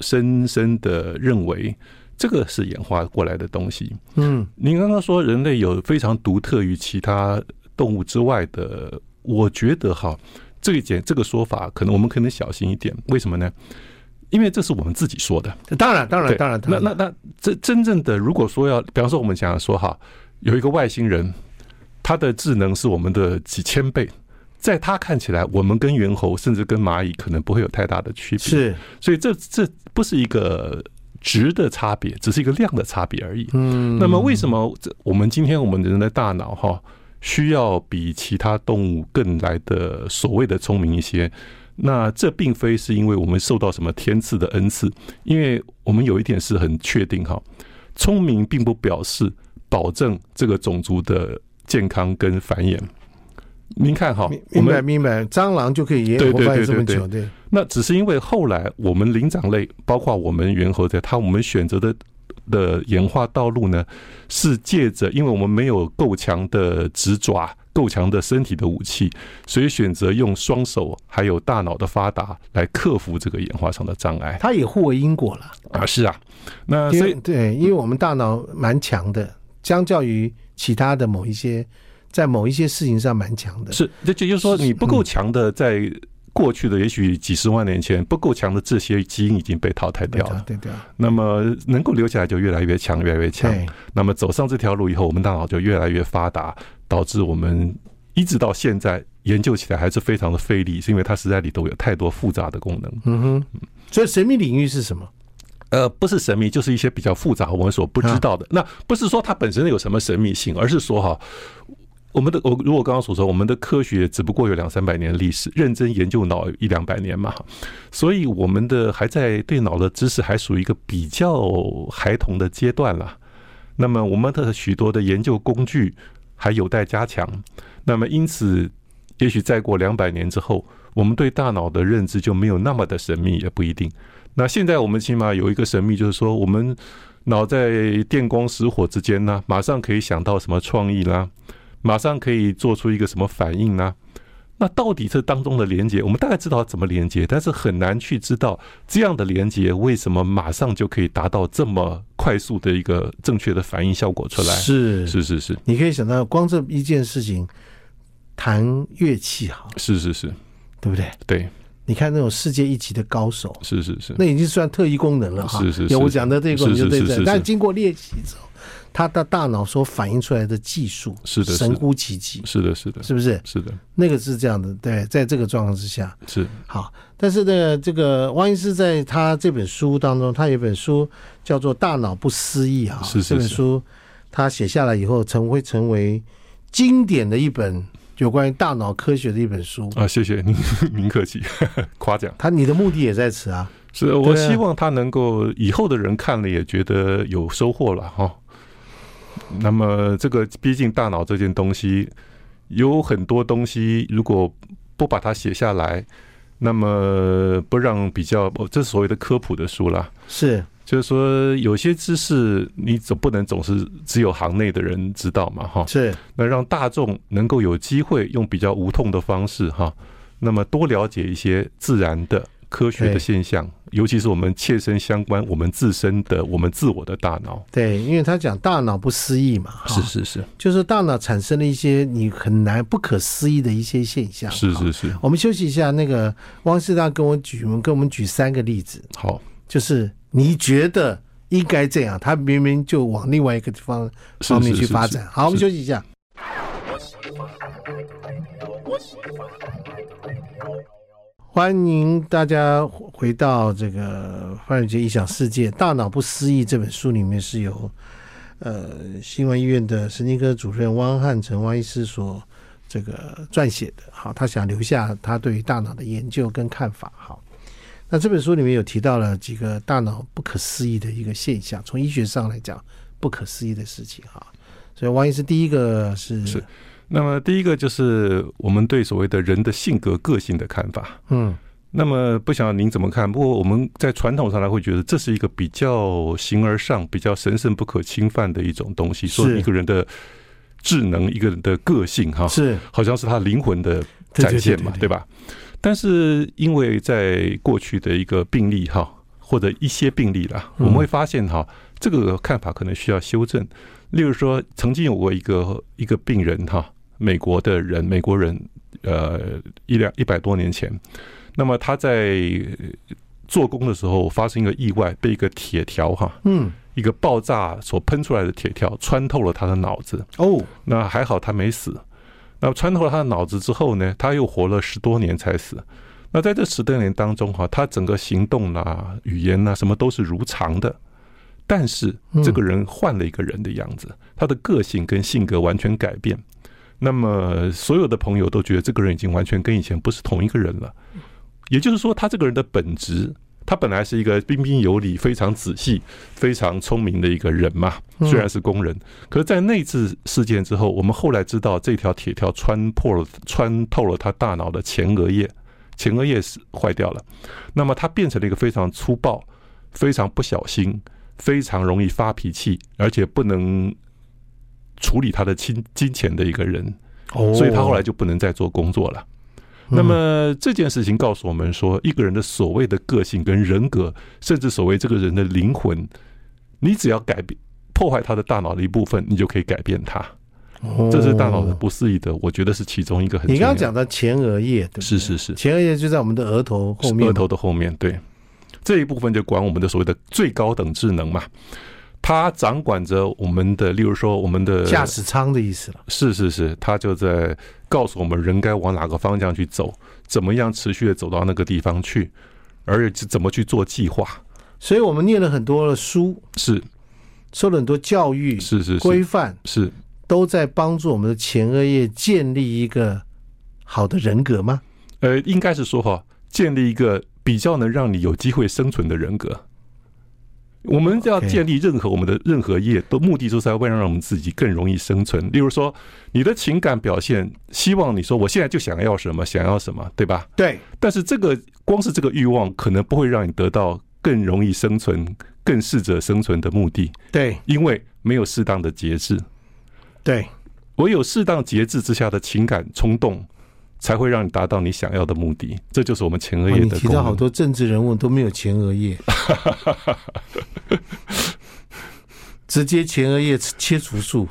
Speaker 2: 深深的认为，这个是演化过来的东西。
Speaker 1: 嗯，
Speaker 2: 您刚刚说人类有非常独特于其他动物之外的，我觉得哈，这一点这个说法，可能我们可能小心一点。为什么呢？因为这是我们自己说的。
Speaker 1: 当然当然
Speaker 2: 对
Speaker 1: 当然，当
Speaker 2: 那
Speaker 1: 然
Speaker 2: 那那这真正的，如果说要，比方说我们想说哈，有一个外星人，他的智能是我们的几千倍，在他看起来，我们跟猿猴甚至跟蚂蚁可能不会有太大的区别。，
Speaker 1: 是
Speaker 2: 所以这这不是一个值的差别，只是一个量的差别而已。
Speaker 1: 嗯，
Speaker 2: 那么为什么这我们今天我们人的大脑哈需要比其他动物更来的所谓的聪明一些？那这并非是因为我们受到什么天赐的恩赐，因为我们有一点是很确定哈，聪明并不表示保证这个种族的健康跟繁衍。您看哈
Speaker 1: 明，
Speaker 2: 哦我
Speaker 1: 明白
Speaker 2: 们
Speaker 1: 明白，蟑螂就可以也
Speaker 2: 对
Speaker 1: 活
Speaker 2: 对
Speaker 1: 翻
Speaker 2: 对
Speaker 1: 这么
Speaker 2: 对对
Speaker 1: 久，对，
Speaker 2: 那只是因为后来我们灵长类，包括我们猿猴在它我们选择的的演化道路呢，是借着因为我们没有够强的直爪、够强的身体的武器，所以选择用双手还有大脑的发达来克服这个演化上的障碍
Speaker 1: 它也互为因果了。
Speaker 2: 啊。是啊，那
Speaker 1: 因
Speaker 2: 所
Speaker 1: 为
Speaker 2: 以
Speaker 1: 对，因为我们大脑蛮强的，相较于其他的某一些，在某一些事情上蛮强的。
Speaker 2: 是，这就就是说你不够强的，在过去的也许几十万年前，不够强的这些基因已经被淘汰
Speaker 1: 对
Speaker 2: 掉
Speaker 1: 的
Speaker 2: 了，
Speaker 1: 对对
Speaker 2: 那么能够留下来就越来越强，越来越强。
Speaker 1: 对，
Speaker 2: 那么走上这条路以后，我们大脑就越来越发达，导致我们一直到现在研究起来还是非常的费力，是因为它实在里头有太多复杂的功能。
Speaker 1: 嗯哼。所以神秘领域是什么？
Speaker 2: 呃，不是神秘，就是一些比较复杂我们所不知道的。那不是说它本身有什么神秘性，而是说哈。我们的我如果刚刚所说，我们的科学只不过有两三百年的历史，认真研究脑有一两百年嘛，所以我们的还在对脑的知识还属于一个比较孩童的阶段啦。那么我们的许多的研究工具还有待加强。那么因此，也许再过两百年之后，我们对大脑的认知就没有那么的神秘，也不一定。那现在我们起码有一个神秘，就是说我们脑在电光石火之间呢、马上可以想到什么创意啦，马上可以做出一个什么反应啦。那到底这当中的连接，我们大概知道怎么连接，但是很难去知道这样的连接为什么马上就可以达到这么快速的一个正确的反应效果出来。
Speaker 1: 是
Speaker 2: 是是是
Speaker 1: 你可以想到，光这一件事情，弹乐器行，
Speaker 2: 是是是，
Speaker 1: 对不对？
Speaker 2: 对，
Speaker 1: 你看那种世界一级的高手，
Speaker 2: 是是是
Speaker 1: 那已经算特异功能了哈。
Speaker 2: 是是是
Speaker 1: 有我讲的这个，
Speaker 2: 是
Speaker 1: 你就是对
Speaker 2: 是
Speaker 1: 对
Speaker 2: 是。
Speaker 1: 但经过练习之后，他的大脑所反映出来的技术
Speaker 2: 是的是的
Speaker 1: 神乎其技，
Speaker 2: 是的是的
Speaker 1: 是不是？
Speaker 2: 是的
Speaker 1: 那个是这样的，对，在这个状况之下，
Speaker 2: 是
Speaker 1: 好。但是呢，这个汪医师在他这本书当中，他有一本书叫做《大脑不思议》啊，
Speaker 2: 是是
Speaker 1: 这本
Speaker 2: 是
Speaker 1: 书他写下来以后，成会成为经典的一本有关于大脑科学的一本书。
Speaker 2: 啊，谢谢您 [LAUGHS] 您客气，夸奖。
Speaker 1: 他你的目的也在此啊，
Speaker 2: 是我
Speaker 1: 对啊
Speaker 2: 希望他能够以后的人看了也觉得有收获了哈。那么这个毕竟大脑这件东西有很多东西，如果不把它写下来，那么不让比较，哦这是所谓的科普的书啦。
Speaker 1: 是
Speaker 2: 就是说，有些知识你总不能总是只有行内的人知道嘛，哈。
Speaker 1: 是
Speaker 2: 那让大众能够有机会用比较无痛的方式哈，那么多了解一些自然的、科学
Speaker 1: 对
Speaker 2: 的现象，尤其是我们切身相关我们自身的、我们自我的大脑。
Speaker 1: 对，因为他讲大脑不思议嘛，哈
Speaker 2: 是是
Speaker 1: 就是大脑产生了一些你很难不可思议的一些现象。
Speaker 2: 是
Speaker 1: 哈
Speaker 2: 是是，
Speaker 1: 我们休息一下。那个汪师大跟我举，跟我们举三个例子，
Speaker 2: 好
Speaker 1: 就是你觉得应该这样，他明明就往另外一个地方
Speaker 2: 是
Speaker 1: 方面去
Speaker 2: 是是
Speaker 1: 发展。好，我们
Speaker 2: 是
Speaker 1: 休息一下。欢迎大家回到这个《范宇杰异想世界：大脑不思议》这本书里面是由呃新闻医院的神经科主任汪汉成汪医师所这个撰写的。好，他想留下他对于大脑的研究跟看法。好，那这本书里面有提到了几个大脑不可思议的一个现象，从医学上来讲不可思议的事情哈。所以汪医师第一个是
Speaker 2: 是那么第一个就是我们对所谓的人的性格、个性的看法。
Speaker 1: 嗯
Speaker 2: 那么不晓得您怎么看？不过我们在传统上来会觉得这是一个比较形而上、比较神圣不可侵犯的一种东西，
Speaker 1: 是
Speaker 2: 说一个人的智能、一个人的个性哈，
Speaker 1: 是
Speaker 2: 好像是他灵魂的
Speaker 1: 对对
Speaker 2: 展现嘛，
Speaker 1: 对对对
Speaker 2: 对吧？但是因为在过去的一个病例哈，或者一些病例啦，我
Speaker 1: 嗯
Speaker 2: 们会发现哈，这个看法可能需要修正。例如说，曾经有过一个一个病人哈，美国的人，美国人，呃，一两一百多年前，那么他在呃做工的时候发生一个意外，被一个铁条哈，
Speaker 1: 嗯
Speaker 2: 一个爆炸所喷出来的铁条穿透了他的脑子，
Speaker 1: 哦
Speaker 2: 那还好他没死。那穿透了他的脑子之后呢，他又活了十多年才死。那在这十多年当中哈、他整个行动啦、语言啊啦、什么都是如常的，但是
Speaker 1: 嗯
Speaker 2: 这个人换了一个人的样子，他的个性跟性格完全改变。那么所有的朋友都觉得这个人已经完全跟以前不是同一个人了。也就是说，他这个人的本质，他本来是一个彬彬有礼、非常仔细、非常聪明的一个人嘛，
Speaker 1: 嗯
Speaker 2: 虽然是工人，可是，在那次事件之后，我们后来知道这条铁条穿破了、穿透了他大脑的前额叶，前额叶是坏掉了。那么他变成了一个非常粗暴、非常不小心、非常容易发脾气，而且不能处理他的金金钱的一个人，
Speaker 1: 哦
Speaker 2: 所以他后来就不能再做工作了。那
Speaker 1: 嗯
Speaker 2: 么这件事情告诉我们说，一个人的所谓的个性跟人格，甚至所谓这个人的灵魂，你只要改变破坏他的大脑的一部分，你就可以改变他。这是大脑的
Speaker 1: 哦
Speaker 2: 不适宜的，我觉得是其中一个很重要。
Speaker 1: 你刚刚讲到前额叶，对不对
Speaker 2: 是是是，
Speaker 1: 前额叶就在我们的额头后面嘛，
Speaker 2: 额头的后面，对这一部分就管我们的所谓的最高等智能嘛，它掌管着我们的，例如说我们的
Speaker 1: 驾驶舱的意思了。
Speaker 2: 是是是，他就在告诉我们人该往哪个方向去走，怎么样持续的走到那个地方去，而且怎么去做计划。
Speaker 1: 所以我们念了很多的书，
Speaker 2: 是
Speaker 1: 受了很多教育
Speaker 2: 是是
Speaker 1: 规
Speaker 2: 是
Speaker 1: 范，
Speaker 2: 是，
Speaker 1: 都在帮助我们的前额叶建立一个好的人格吗？
Speaker 2: 呃，应该是说哈，建立一个比较能让你有机会生存的人格。我们要
Speaker 1: OK
Speaker 2: 建立任何我们的任何业，都目的就是要为了让我们自己更容易生存。例如说，你的情感表现，希望你说我现在就想要什么，想要什么，对吧？
Speaker 1: 对，
Speaker 2: 但是这个光是这个欲望，可能不会让你得到更容易生存、更适者生存的目的，
Speaker 1: 对，
Speaker 2: 因为没有适当的节制。
Speaker 1: 对，
Speaker 2: 唯有适当节制之下的情感冲动，才会让你达到你想要的目的。这就是我们前
Speaker 1: 哇
Speaker 2: 额叶
Speaker 1: 啊你
Speaker 2: 的
Speaker 1: 提
Speaker 2: 功
Speaker 1: 到好
Speaker 2: 能。
Speaker 1: 多政治人物都没有前额
Speaker 2: [LAUGHS]
Speaker 1: 叶，直接前额叶切除术，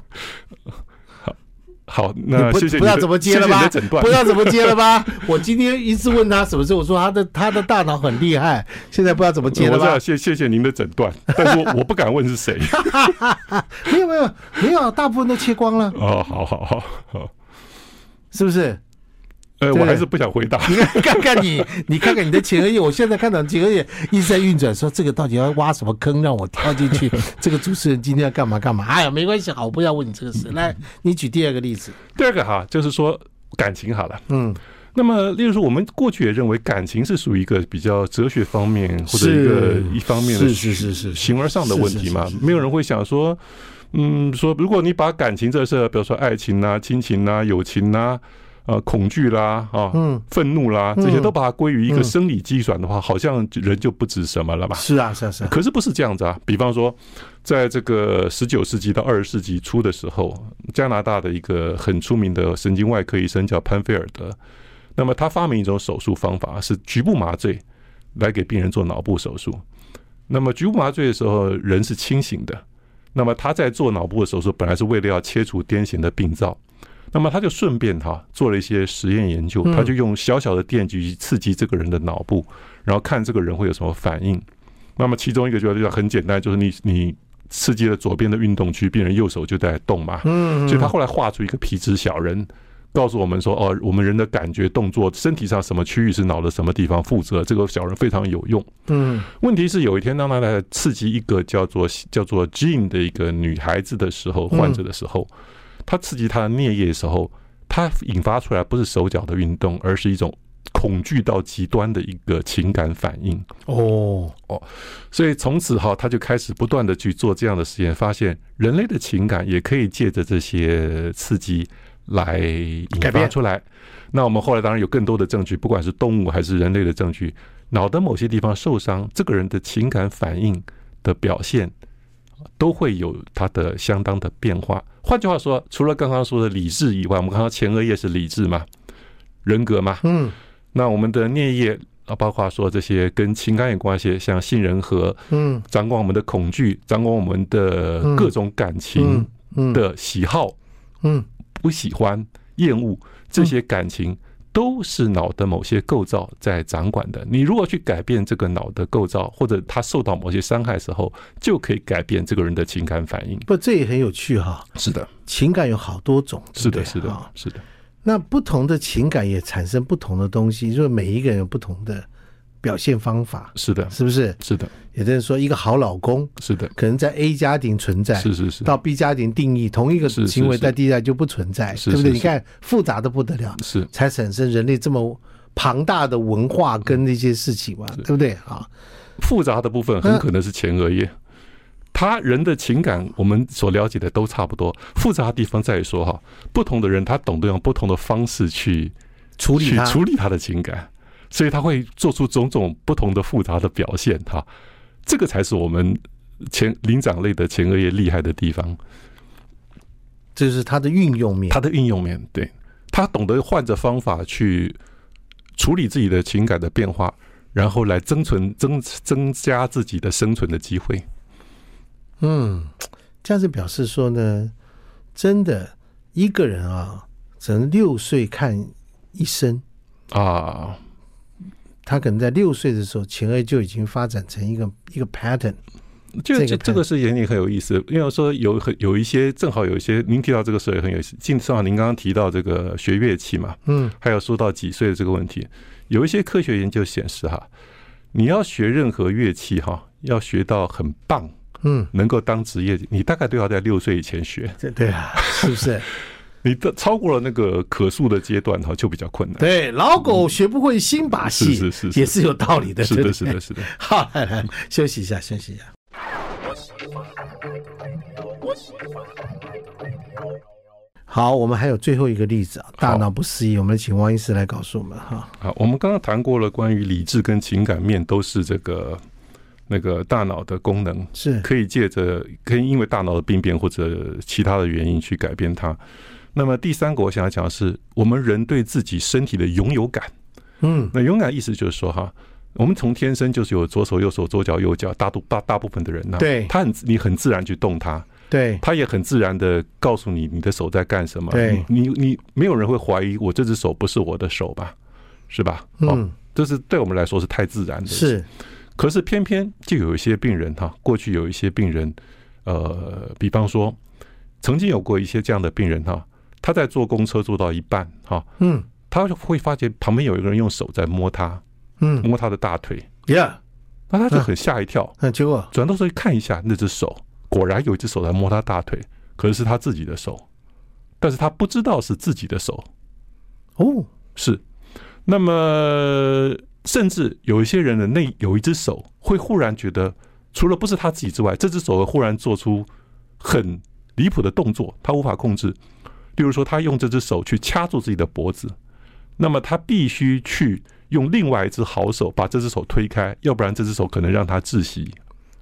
Speaker 2: 好，
Speaker 1: 你
Speaker 2: 那
Speaker 1: 不
Speaker 2: 谢谢
Speaker 1: 不知
Speaker 2: 你
Speaker 1: 道
Speaker 2: 的
Speaker 1: 怎么接了
Speaker 2: 谢谢
Speaker 1: 吧
Speaker 2: 你的诊断
Speaker 1: 不知道怎么接了
Speaker 2: [LAUGHS]
Speaker 1: 吧？我今天一直问他什么事，我说他的他的大脑很厉害，现在不知道怎么接了
Speaker 2: 我知道，
Speaker 1: 吧？
Speaker 2: 谢谢谢您的诊
Speaker 1: [LAUGHS]
Speaker 2: 断，但是我我不敢问是谁。
Speaker 1: 没有没有没有，啊大部分都切光了，
Speaker 2: 哦，好好好好，
Speaker 1: 是不是？
Speaker 2: 呃，
Speaker 1: 对
Speaker 2: 我还是不想回答。
Speaker 1: 你看看看你，你看看你的前额叶，我现在看到前额叶一直在运转，说这个到底要挖什么坑让我跳进
Speaker 2: [LAUGHS]
Speaker 1: 去？这个主持人今天要干嘛干嘛？哎呀，没关系，好，我不要问你这个事。来，你举第二个例子，
Speaker 2: 第二个哈，就是说感情好了。
Speaker 1: 嗯，
Speaker 2: 那么，例如说，我们过去也认为感情是属于一个比较哲学方面或者
Speaker 1: 是
Speaker 2: 一个一方面的
Speaker 1: 是是是是是
Speaker 2: 形而上的问题嘛
Speaker 1: 是是是，是
Speaker 2: 没有人会想说，嗯，说如果你把感情这事儿，比如说爱情啦、亲情啦、友情啦、呃恐惧啦、啊
Speaker 1: 嗯
Speaker 2: 愤怒啦，
Speaker 1: 嗯
Speaker 2: 这些都把它归于一
Speaker 1: 嗯
Speaker 2: 个生理机转的话，好像人就不值什么了吧？
Speaker 1: 是啊是啊是啊，
Speaker 2: 可是不是这样子啊！比方说，在这个十九世纪到二十世纪初的时候，加拿大的一个很出名的神经外科医生叫潘菲尔德，那么他发明一种手术方法是局部麻醉，来给病人做脑部手术。那么局部麻醉的时候，人是清醒的。那么他在做脑部的手术，本来是为了要切除癫痫的病灶。那么他就顺便哈、做了一些实验研究，
Speaker 1: 嗯
Speaker 2: 他就用小小的电极刺激这个人的脑部，然后看这个人会有什么反应。那么其中一个就叫很简单，就是你你刺激了左边的运动区，病人右手就在动嘛。
Speaker 1: 嗯，
Speaker 2: 所以他后来画出一个皮质小人，告诉我们说，哦，我们人的感觉、动作、身体上什么区域是脑的什么地方负责，这个小人非常有用。
Speaker 1: 嗯
Speaker 2: 问题是有一天当他来刺激一个叫做叫做 Jean 的一个女孩子的时候，
Speaker 1: 嗯
Speaker 2: 患者的时候，他刺激她的颞叶的时候，它引发出来不是手脚的运动，而是一种恐惧到极端的一个情感反应。
Speaker 1: 哦，
Speaker 2: 所以从此哈，他就开始不断的去做这样的实验，发现人类的情感也可以借着这些刺激来引
Speaker 1: 改
Speaker 2: 发
Speaker 1: 变
Speaker 2: 出来。那我们后来当然有更多的证据，不管是动物还是人类的证据，脑的某些地方受伤，这个人的情感反应的表现都会有它的相当的变化。换句话说，除了刚刚说的理智以外，我们刚刚前额叶是理智嘛，人格嘛，
Speaker 1: 嗯
Speaker 2: 那我们的颞叶啊，包括说这些跟情感有关系，像杏仁核，
Speaker 1: 嗯
Speaker 2: 掌管我们的恐惧，掌管我们的各种感情
Speaker 1: 嗯嗯
Speaker 2: 的喜好、
Speaker 1: 嗯
Speaker 2: 不喜欢、厌恶这些感情。都是脑的某些构造在掌管的。你如果去改变这个脑的构造，或者他受到某些伤害时候，就可以改变这个人的情感反应。
Speaker 1: 不，这也很有趣哈。
Speaker 2: 是的，
Speaker 1: 情感有好多种，对
Speaker 2: 是
Speaker 1: 不对
Speaker 2: 的，是
Speaker 1: 啊
Speaker 2: 的，是的，
Speaker 1: 那不同的情感也产生不同的东西，就是每一个人有不同的表现方法，
Speaker 2: 是的，
Speaker 1: 是不是？
Speaker 2: 是的，
Speaker 1: 有的人说，一个好老公
Speaker 2: 是的，
Speaker 1: 可能在 A 家庭存在，
Speaker 2: 是是是，
Speaker 1: 到 B 家庭定义同一个
Speaker 2: 是是
Speaker 1: 行为
Speaker 2: 是
Speaker 1: 在 D 家庭就不存在，
Speaker 2: 是
Speaker 1: 对不
Speaker 2: 是
Speaker 1: 对？
Speaker 2: 是
Speaker 1: 你看复杂的不得了，
Speaker 2: 是
Speaker 1: 才产生人类这么庞大的文化跟那些事情嘛，对不对啊？
Speaker 2: 复杂的部分很可能是前额叶。他人的情感，我们所了解的都差不多。复杂的地方在于说哈，不同的人他懂得用不同的方式去
Speaker 1: 处理
Speaker 2: 去
Speaker 1: 它，
Speaker 2: 处理他的情感，所以他会做出种种不同的复杂的表现哈。这个才是我们前灵长类的前额叶厉害的地方，
Speaker 1: 这是它的运用面。
Speaker 2: 它的应用面对他懂得换着方法去处理自己的情感的变化，然后来增存增增加自己的生存的机会。
Speaker 1: 嗯，这样子表示说呢，真的一个人啊，只能六岁看一生，
Speaker 2: 啊，
Speaker 1: 他可能在六岁的时候，前额就已经发展成一个一个 pattern。
Speaker 2: 就
Speaker 1: 这个
Speaker 2: 这这个是也也很有意思，因为说有很有一些正好有一些您提到这个事也很有意思，正好您刚刚提到这个学乐器嘛，
Speaker 1: 嗯
Speaker 2: 还有说到几岁的这个问题，有一些科学研究显示哈，你要学任何乐器哈，要学到很棒，
Speaker 1: 嗯，
Speaker 2: 能够当职业，你大概都要在六岁以前学，
Speaker 1: 这对啊，是不是？
Speaker 2: 你的超过了那个可塑的阶段哈，就比较困难。
Speaker 1: 对，老狗学不会新把戏，
Speaker 2: 是是是是
Speaker 1: 也是有道理的，
Speaker 2: 是
Speaker 1: 对
Speaker 2: 的，
Speaker 1: 不
Speaker 2: 是
Speaker 1: 对
Speaker 2: 的，。是的。
Speaker 1: 好，来来，休息一下，休息一下。好，我们还有最后一个例子啊，大脑不适应，我们请王医师来告诉我们哈。
Speaker 2: 啊，我们刚刚谈过了，关于理智跟情感面都是这个那个大脑的功能，
Speaker 1: 是
Speaker 2: 可以借着可以因为大脑的病变或者其他的原因去改变它。那么第三个我想要讲的是，我们人对自己身体的拥有感。
Speaker 1: 嗯
Speaker 2: 那勇敢意思就是说哈，我们从天生就是有左手右手左脚右脚，大部大大部分的人呢、
Speaker 1: 对
Speaker 2: 他很你很自然去动它，
Speaker 1: 对
Speaker 2: 他也很自然的告诉你你的手在干什么。
Speaker 1: 对
Speaker 2: 你你你没有人会怀疑我这只手不是我的手吧？是吧？哦，
Speaker 1: 嗯
Speaker 2: 这是对我们来说是太自然的。，
Speaker 1: 是
Speaker 2: 可是偏偏就有一些病人哈、过去有一些病人，呃，比方说曾经有过一些这样的病人哈、他在坐公车坐到一半哈、
Speaker 1: 嗯
Speaker 2: 他就会发觉旁边有一个人用手在摸他，
Speaker 1: 嗯
Speaker 2: 摸他的大腿，
Speaker 1: 呀，
Speaker 2: 那他就很吓一跳，
Speaker 1: 那结果
Speaker 2: 转头去看一下那只手，果然有一只手在摸他大腿，可是是他自己的手，但是他不知道是自己的手，
Speaker 1: 哦
Speaker 2: 是。那么，甚至有一些人的那有一只手会忽然觉得，除了不是他自己之外，这只手会忽然做出很离谱的动作，他无法控制。例如说，他用这只手去掐住自己的脖子，那么他必须去用另外一只好手把这只手推开，要不然这只手可能让他窒息。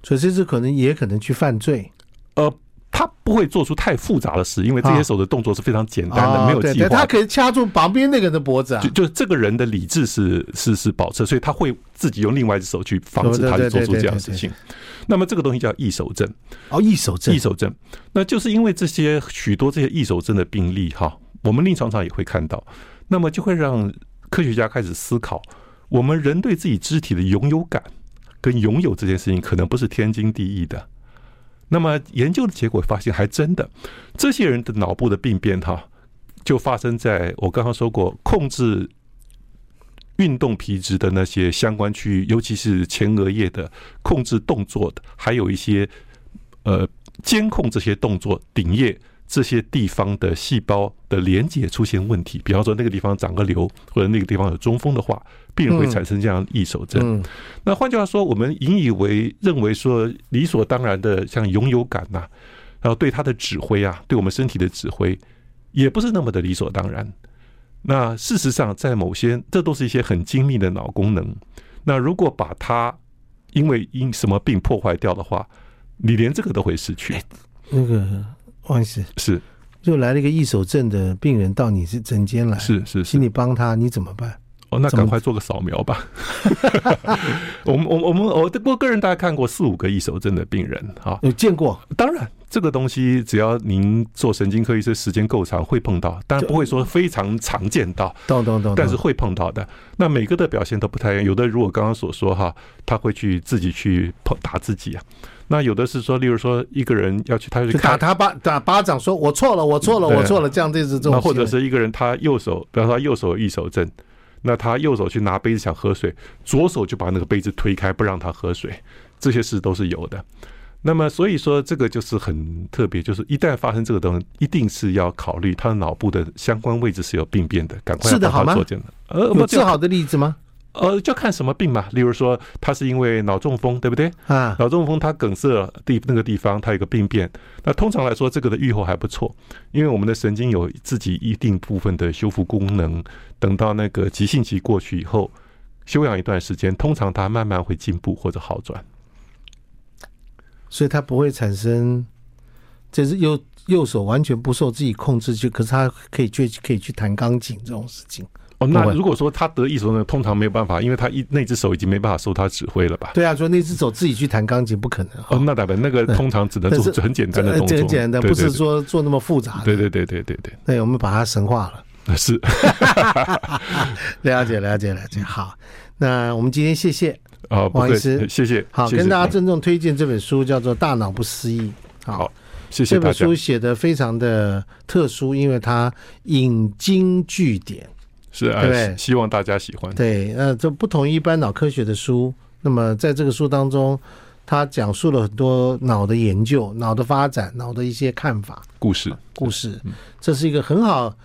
Speaker 1: 所以这次可能也可能去犯罪，
Speaker 2: 呃，他不会做出太复杂的事，因为这些手的动作是非常简单的，
Speaker 1: 啊
Speaker 2: 没有
Speaker 1: 对
Speaker 2: 计
Speaker 1: 对他
Speaker 2: 划。
Speaker 1: 可以掐住旁边那个人的脖子啊
Speaker 2: 就，就是这个人的理智是是是保持，所以他会自己用另外一只手去防止
Speaker 1: 哦对
Speaker 2: 他
Speaker 1: 对
Speaker 2: 去做
Speaker 1: 对
Speaker 2: 出
Speaker 1: 对
Speaker 2: 这样的
Speaker 1: 对
Speaker 2: 事
Speaker 1: 对
Speaker 2: 情。那么这个东西叫易手症，
Speaker 1: 哦，一手症
Speaker 2: 易，手症，那就是因为这些许多这些易手症的病例哈，我们临床上也会看到，那么就会让科学家开始思考，我们人对自己肢体的拥有感跟拥有这件事情，可能不是天经地义的。那么研究的结果发现，还真的，这些人的脑部的病变哈，就发生在我刚刚说过控制。运动皮质的那些相关区域，尤其是前额叶的控制动作的，还有一些呃监控这些动作、顶叶这些地方的细胞的连接出现问题，比方说那个地方长个瘤，或者那个地方有中风的话，病人会
Speaker 1: 嗯
Speaker 2: 产生这样的易手症。
Speaker 1: 嗯
Speaker 2: 那换句话说，我们引以为认为说理所当然的，像拥有感呐、然后对它的指挥啊，对我们身体的指挥，也不是那么的理所当然。那事实上，在某些这都是一些很精密的脑功能。那如果把它因为因什么病破坏掉的话，你连这个都会失去。
Speaker 1: 哎嗯那个王医师
Speaker 2: 是
Speaker 1: 就来了一个一手症的病人到你是诊间来，
Speaker 2: 是
Speaker 1: 请
Speaker 2: 是是，
Speaker 1: 你帮他，你怎么办？
Speaker 2: 哦，那
Speaker 1: 哎怎么
Speaker 2: 赶快做个扫描
Speaker 1: [LAUGHS]
Speaker 2: 吧。我们我们我们我我个人大概看过四五个易手症的病人啊，
Speaker 1: 有见过
Speaker 2: 当然，这个东西只要您做神经科医生时间够长，会碰到，当然不会说非常常见到，
Speaker 1: 懂懂懂，
Speaker 2: 但是
Speaker 1: 懂
Speaker 2: 会碰到的。那每个的表现都不太一样，有的如我刚刚所说哈，他会去自己去碰打自己啊。那有的是说，例如说一个人要去，他就去
Speaker 1: 就打
Speaker 2: 看，
Speaker 1: 他巴打巴掌，说我错了，我错了，
Speaker 2: 对啊
Speaker 1: 我错了，这样这是这
Speaker 2: 那
Speaker 1: 种行为，
Speaker 2: 或者是一个人他右手，比方说他右手有易手症，那他右手去拿杯子想喝水，左手就把那个杯子推开不让他喝水，这些事都是有的。那么所以说这个就是很特别，就是一旦发生这个东西，一定是要考虑他的脑部的相关位置是有病变的，赶快
Speaker 1: 是的
Speaker 2: 要帮
Speaker 1: 好吗
Speaker 2: 他做检查。呃，
Speaker 1: 有
Speaker 2: 不
Speaker 1: 治
Speaker 2: 就
Speaker 1: 好的例子吗？
Speaker 2: 呃就看什么病嘛，例如说他是因为脑中风，对不对？
Speaker 1: 啊，
Speaker 2: 脑中风它梗塞地那个地方，它有个病变。那通常来说，这个的预后还不错，因为我们的神经有自己一定部分的修复功能。等到那个急性期过去以后，休养一段时间，通常它慢慢会进步或者好转。
Speaker 1: 所以他不会产生，这是右右手完全不受自己控制，就可是他可以去可以去弹钢琴这种事情。不
Speaker 2: 哦，那
Speaker 1: 会
Speaker 2: 如果说他得意手呢，通常没有办法，因为他一那只手已经没办法受他指挥了吧？
Speaker 1: 对啊，说那只手自己去弹钢琴不可能啊、
Speaker 2: 哦，那当然，那个通常只能做
Speaker 1: 但是
Speaker 2: 很简单的
Speaker 1: 这
Speaker 2: 动作，
Speaker 1: 这很简单，
Speaker 2: 对
Speaker 1: 不是。
Speaker 2: 对
Speaker 1: 说做那么复杂的。
Speaker 2: 对对对对对对
Speaker 1: 对，我们把它神化了。
Speaker 2: 对，是
Speaker 1: 了解，了解，了
Speaker 2: 嗯
Speaker 1: 解。好，那我们今天谢谢。
Speaker 2: 啊，不
Speaker 1: 王医
Speaker 2: 会，
Speaker 1: 师
Speaker 2: 谢谢，
Speaker 1: 好，
Speaker 2: 谢谢啊
Speaker 1: 跟大家郑重推荐这本书，叫做《大脑不思议》。
Speaker 2: 好，谢谢
Speaker 1: 这
Speaker 2: 大
Speaker 1: 本
Speaker 2: 家
Speaker 1: 书，写的非常的特殊，因为它引经据典。
Speaker 2: 是啊
Speaker 1: 对不对，
Speaker 2: 希望大家喜欢。
Speaker 1: 对，呃，这不同于一般脑科学的书。那么在这个书当中，他讲述了很多脑的研究、脑的发展、脑的一些看法、
Speaker 2: 故事，
Speaker 1: 故事。
Speaker 2: 嗯
Speaker 1: 这是一个很好，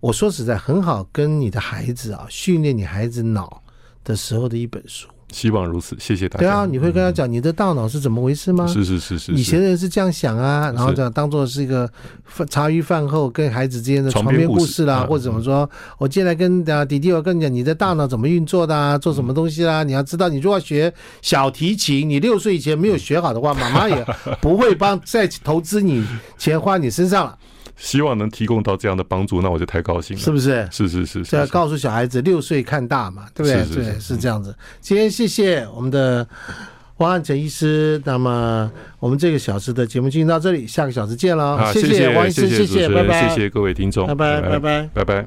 Speaker 1: 我说实在很好，跟你的孩子啊，训练你孩子脑的时候的一本书。
Speaker 2: 希望如此，谢谢大家。嗯
Speaker 1: 对啊，你会跟他讲你的大脑是怎么回事吗？
Speaker 2: 是是是是，
Speaker 1: 以前
Speaker 2: 是
Speaker 1: 的人是这样想啊，然后这样当做是一个饭茶余饭后跟孩子之间的
Speaker 2: 床
Speaker 1: 床
Speaker 2: 边
Speaker 1: 边
Speaker 2: 故事
Speaker 1: 故事啦，
Speaker 2: 嗯
Speaker 1: 或者怎么说，我接下来跟啊弟弟，我跟你讲你的大脑怎么运作的啊，做什么东西
Speaker 2: [LAUGHS]
Speaker 1: 啦、你要知道，你如果要学小提琴，你六岁以前没有学好的话，妈妈也不会帮再投资你钱花你身上
Speaker 2: [LAUGHS]
Speaker 1: 了，
Speaker 2: 希望能提供到这样的帮助，那我就太高兴了。
Speaker 1: 是不是？啊
Speaker 2: 是是是
Speaker 1: 这
Speaker 2: 是
Speaker 1: 要
Speaker 2: 是
Speaker 1: 告诉小孩子六岁看大嘛，对不对？
Speaker 2: 是是
Speaker 1: 对，
Speaker 2: 是
Speaker 1: 是这样子。今天谢谢我们的王汉成医师，那么我们这个小时的节目进行到这里，下个小时见喽。
Speaker 2: 啊，
Speaker 1: 谢
Speaker 2: 谢
Speaker 1: 王医
Speaker 2: 谢
Speaker 1: 师，
Speaker 2: 谢主持
Speaker 1: 拜
Speaker 2: 人，
Speaker 1: 拜，
Speaker 2: 谢谢各位听众，
Speaker 1: 拜拜，拜拜。
Speaker 2: 拜拜。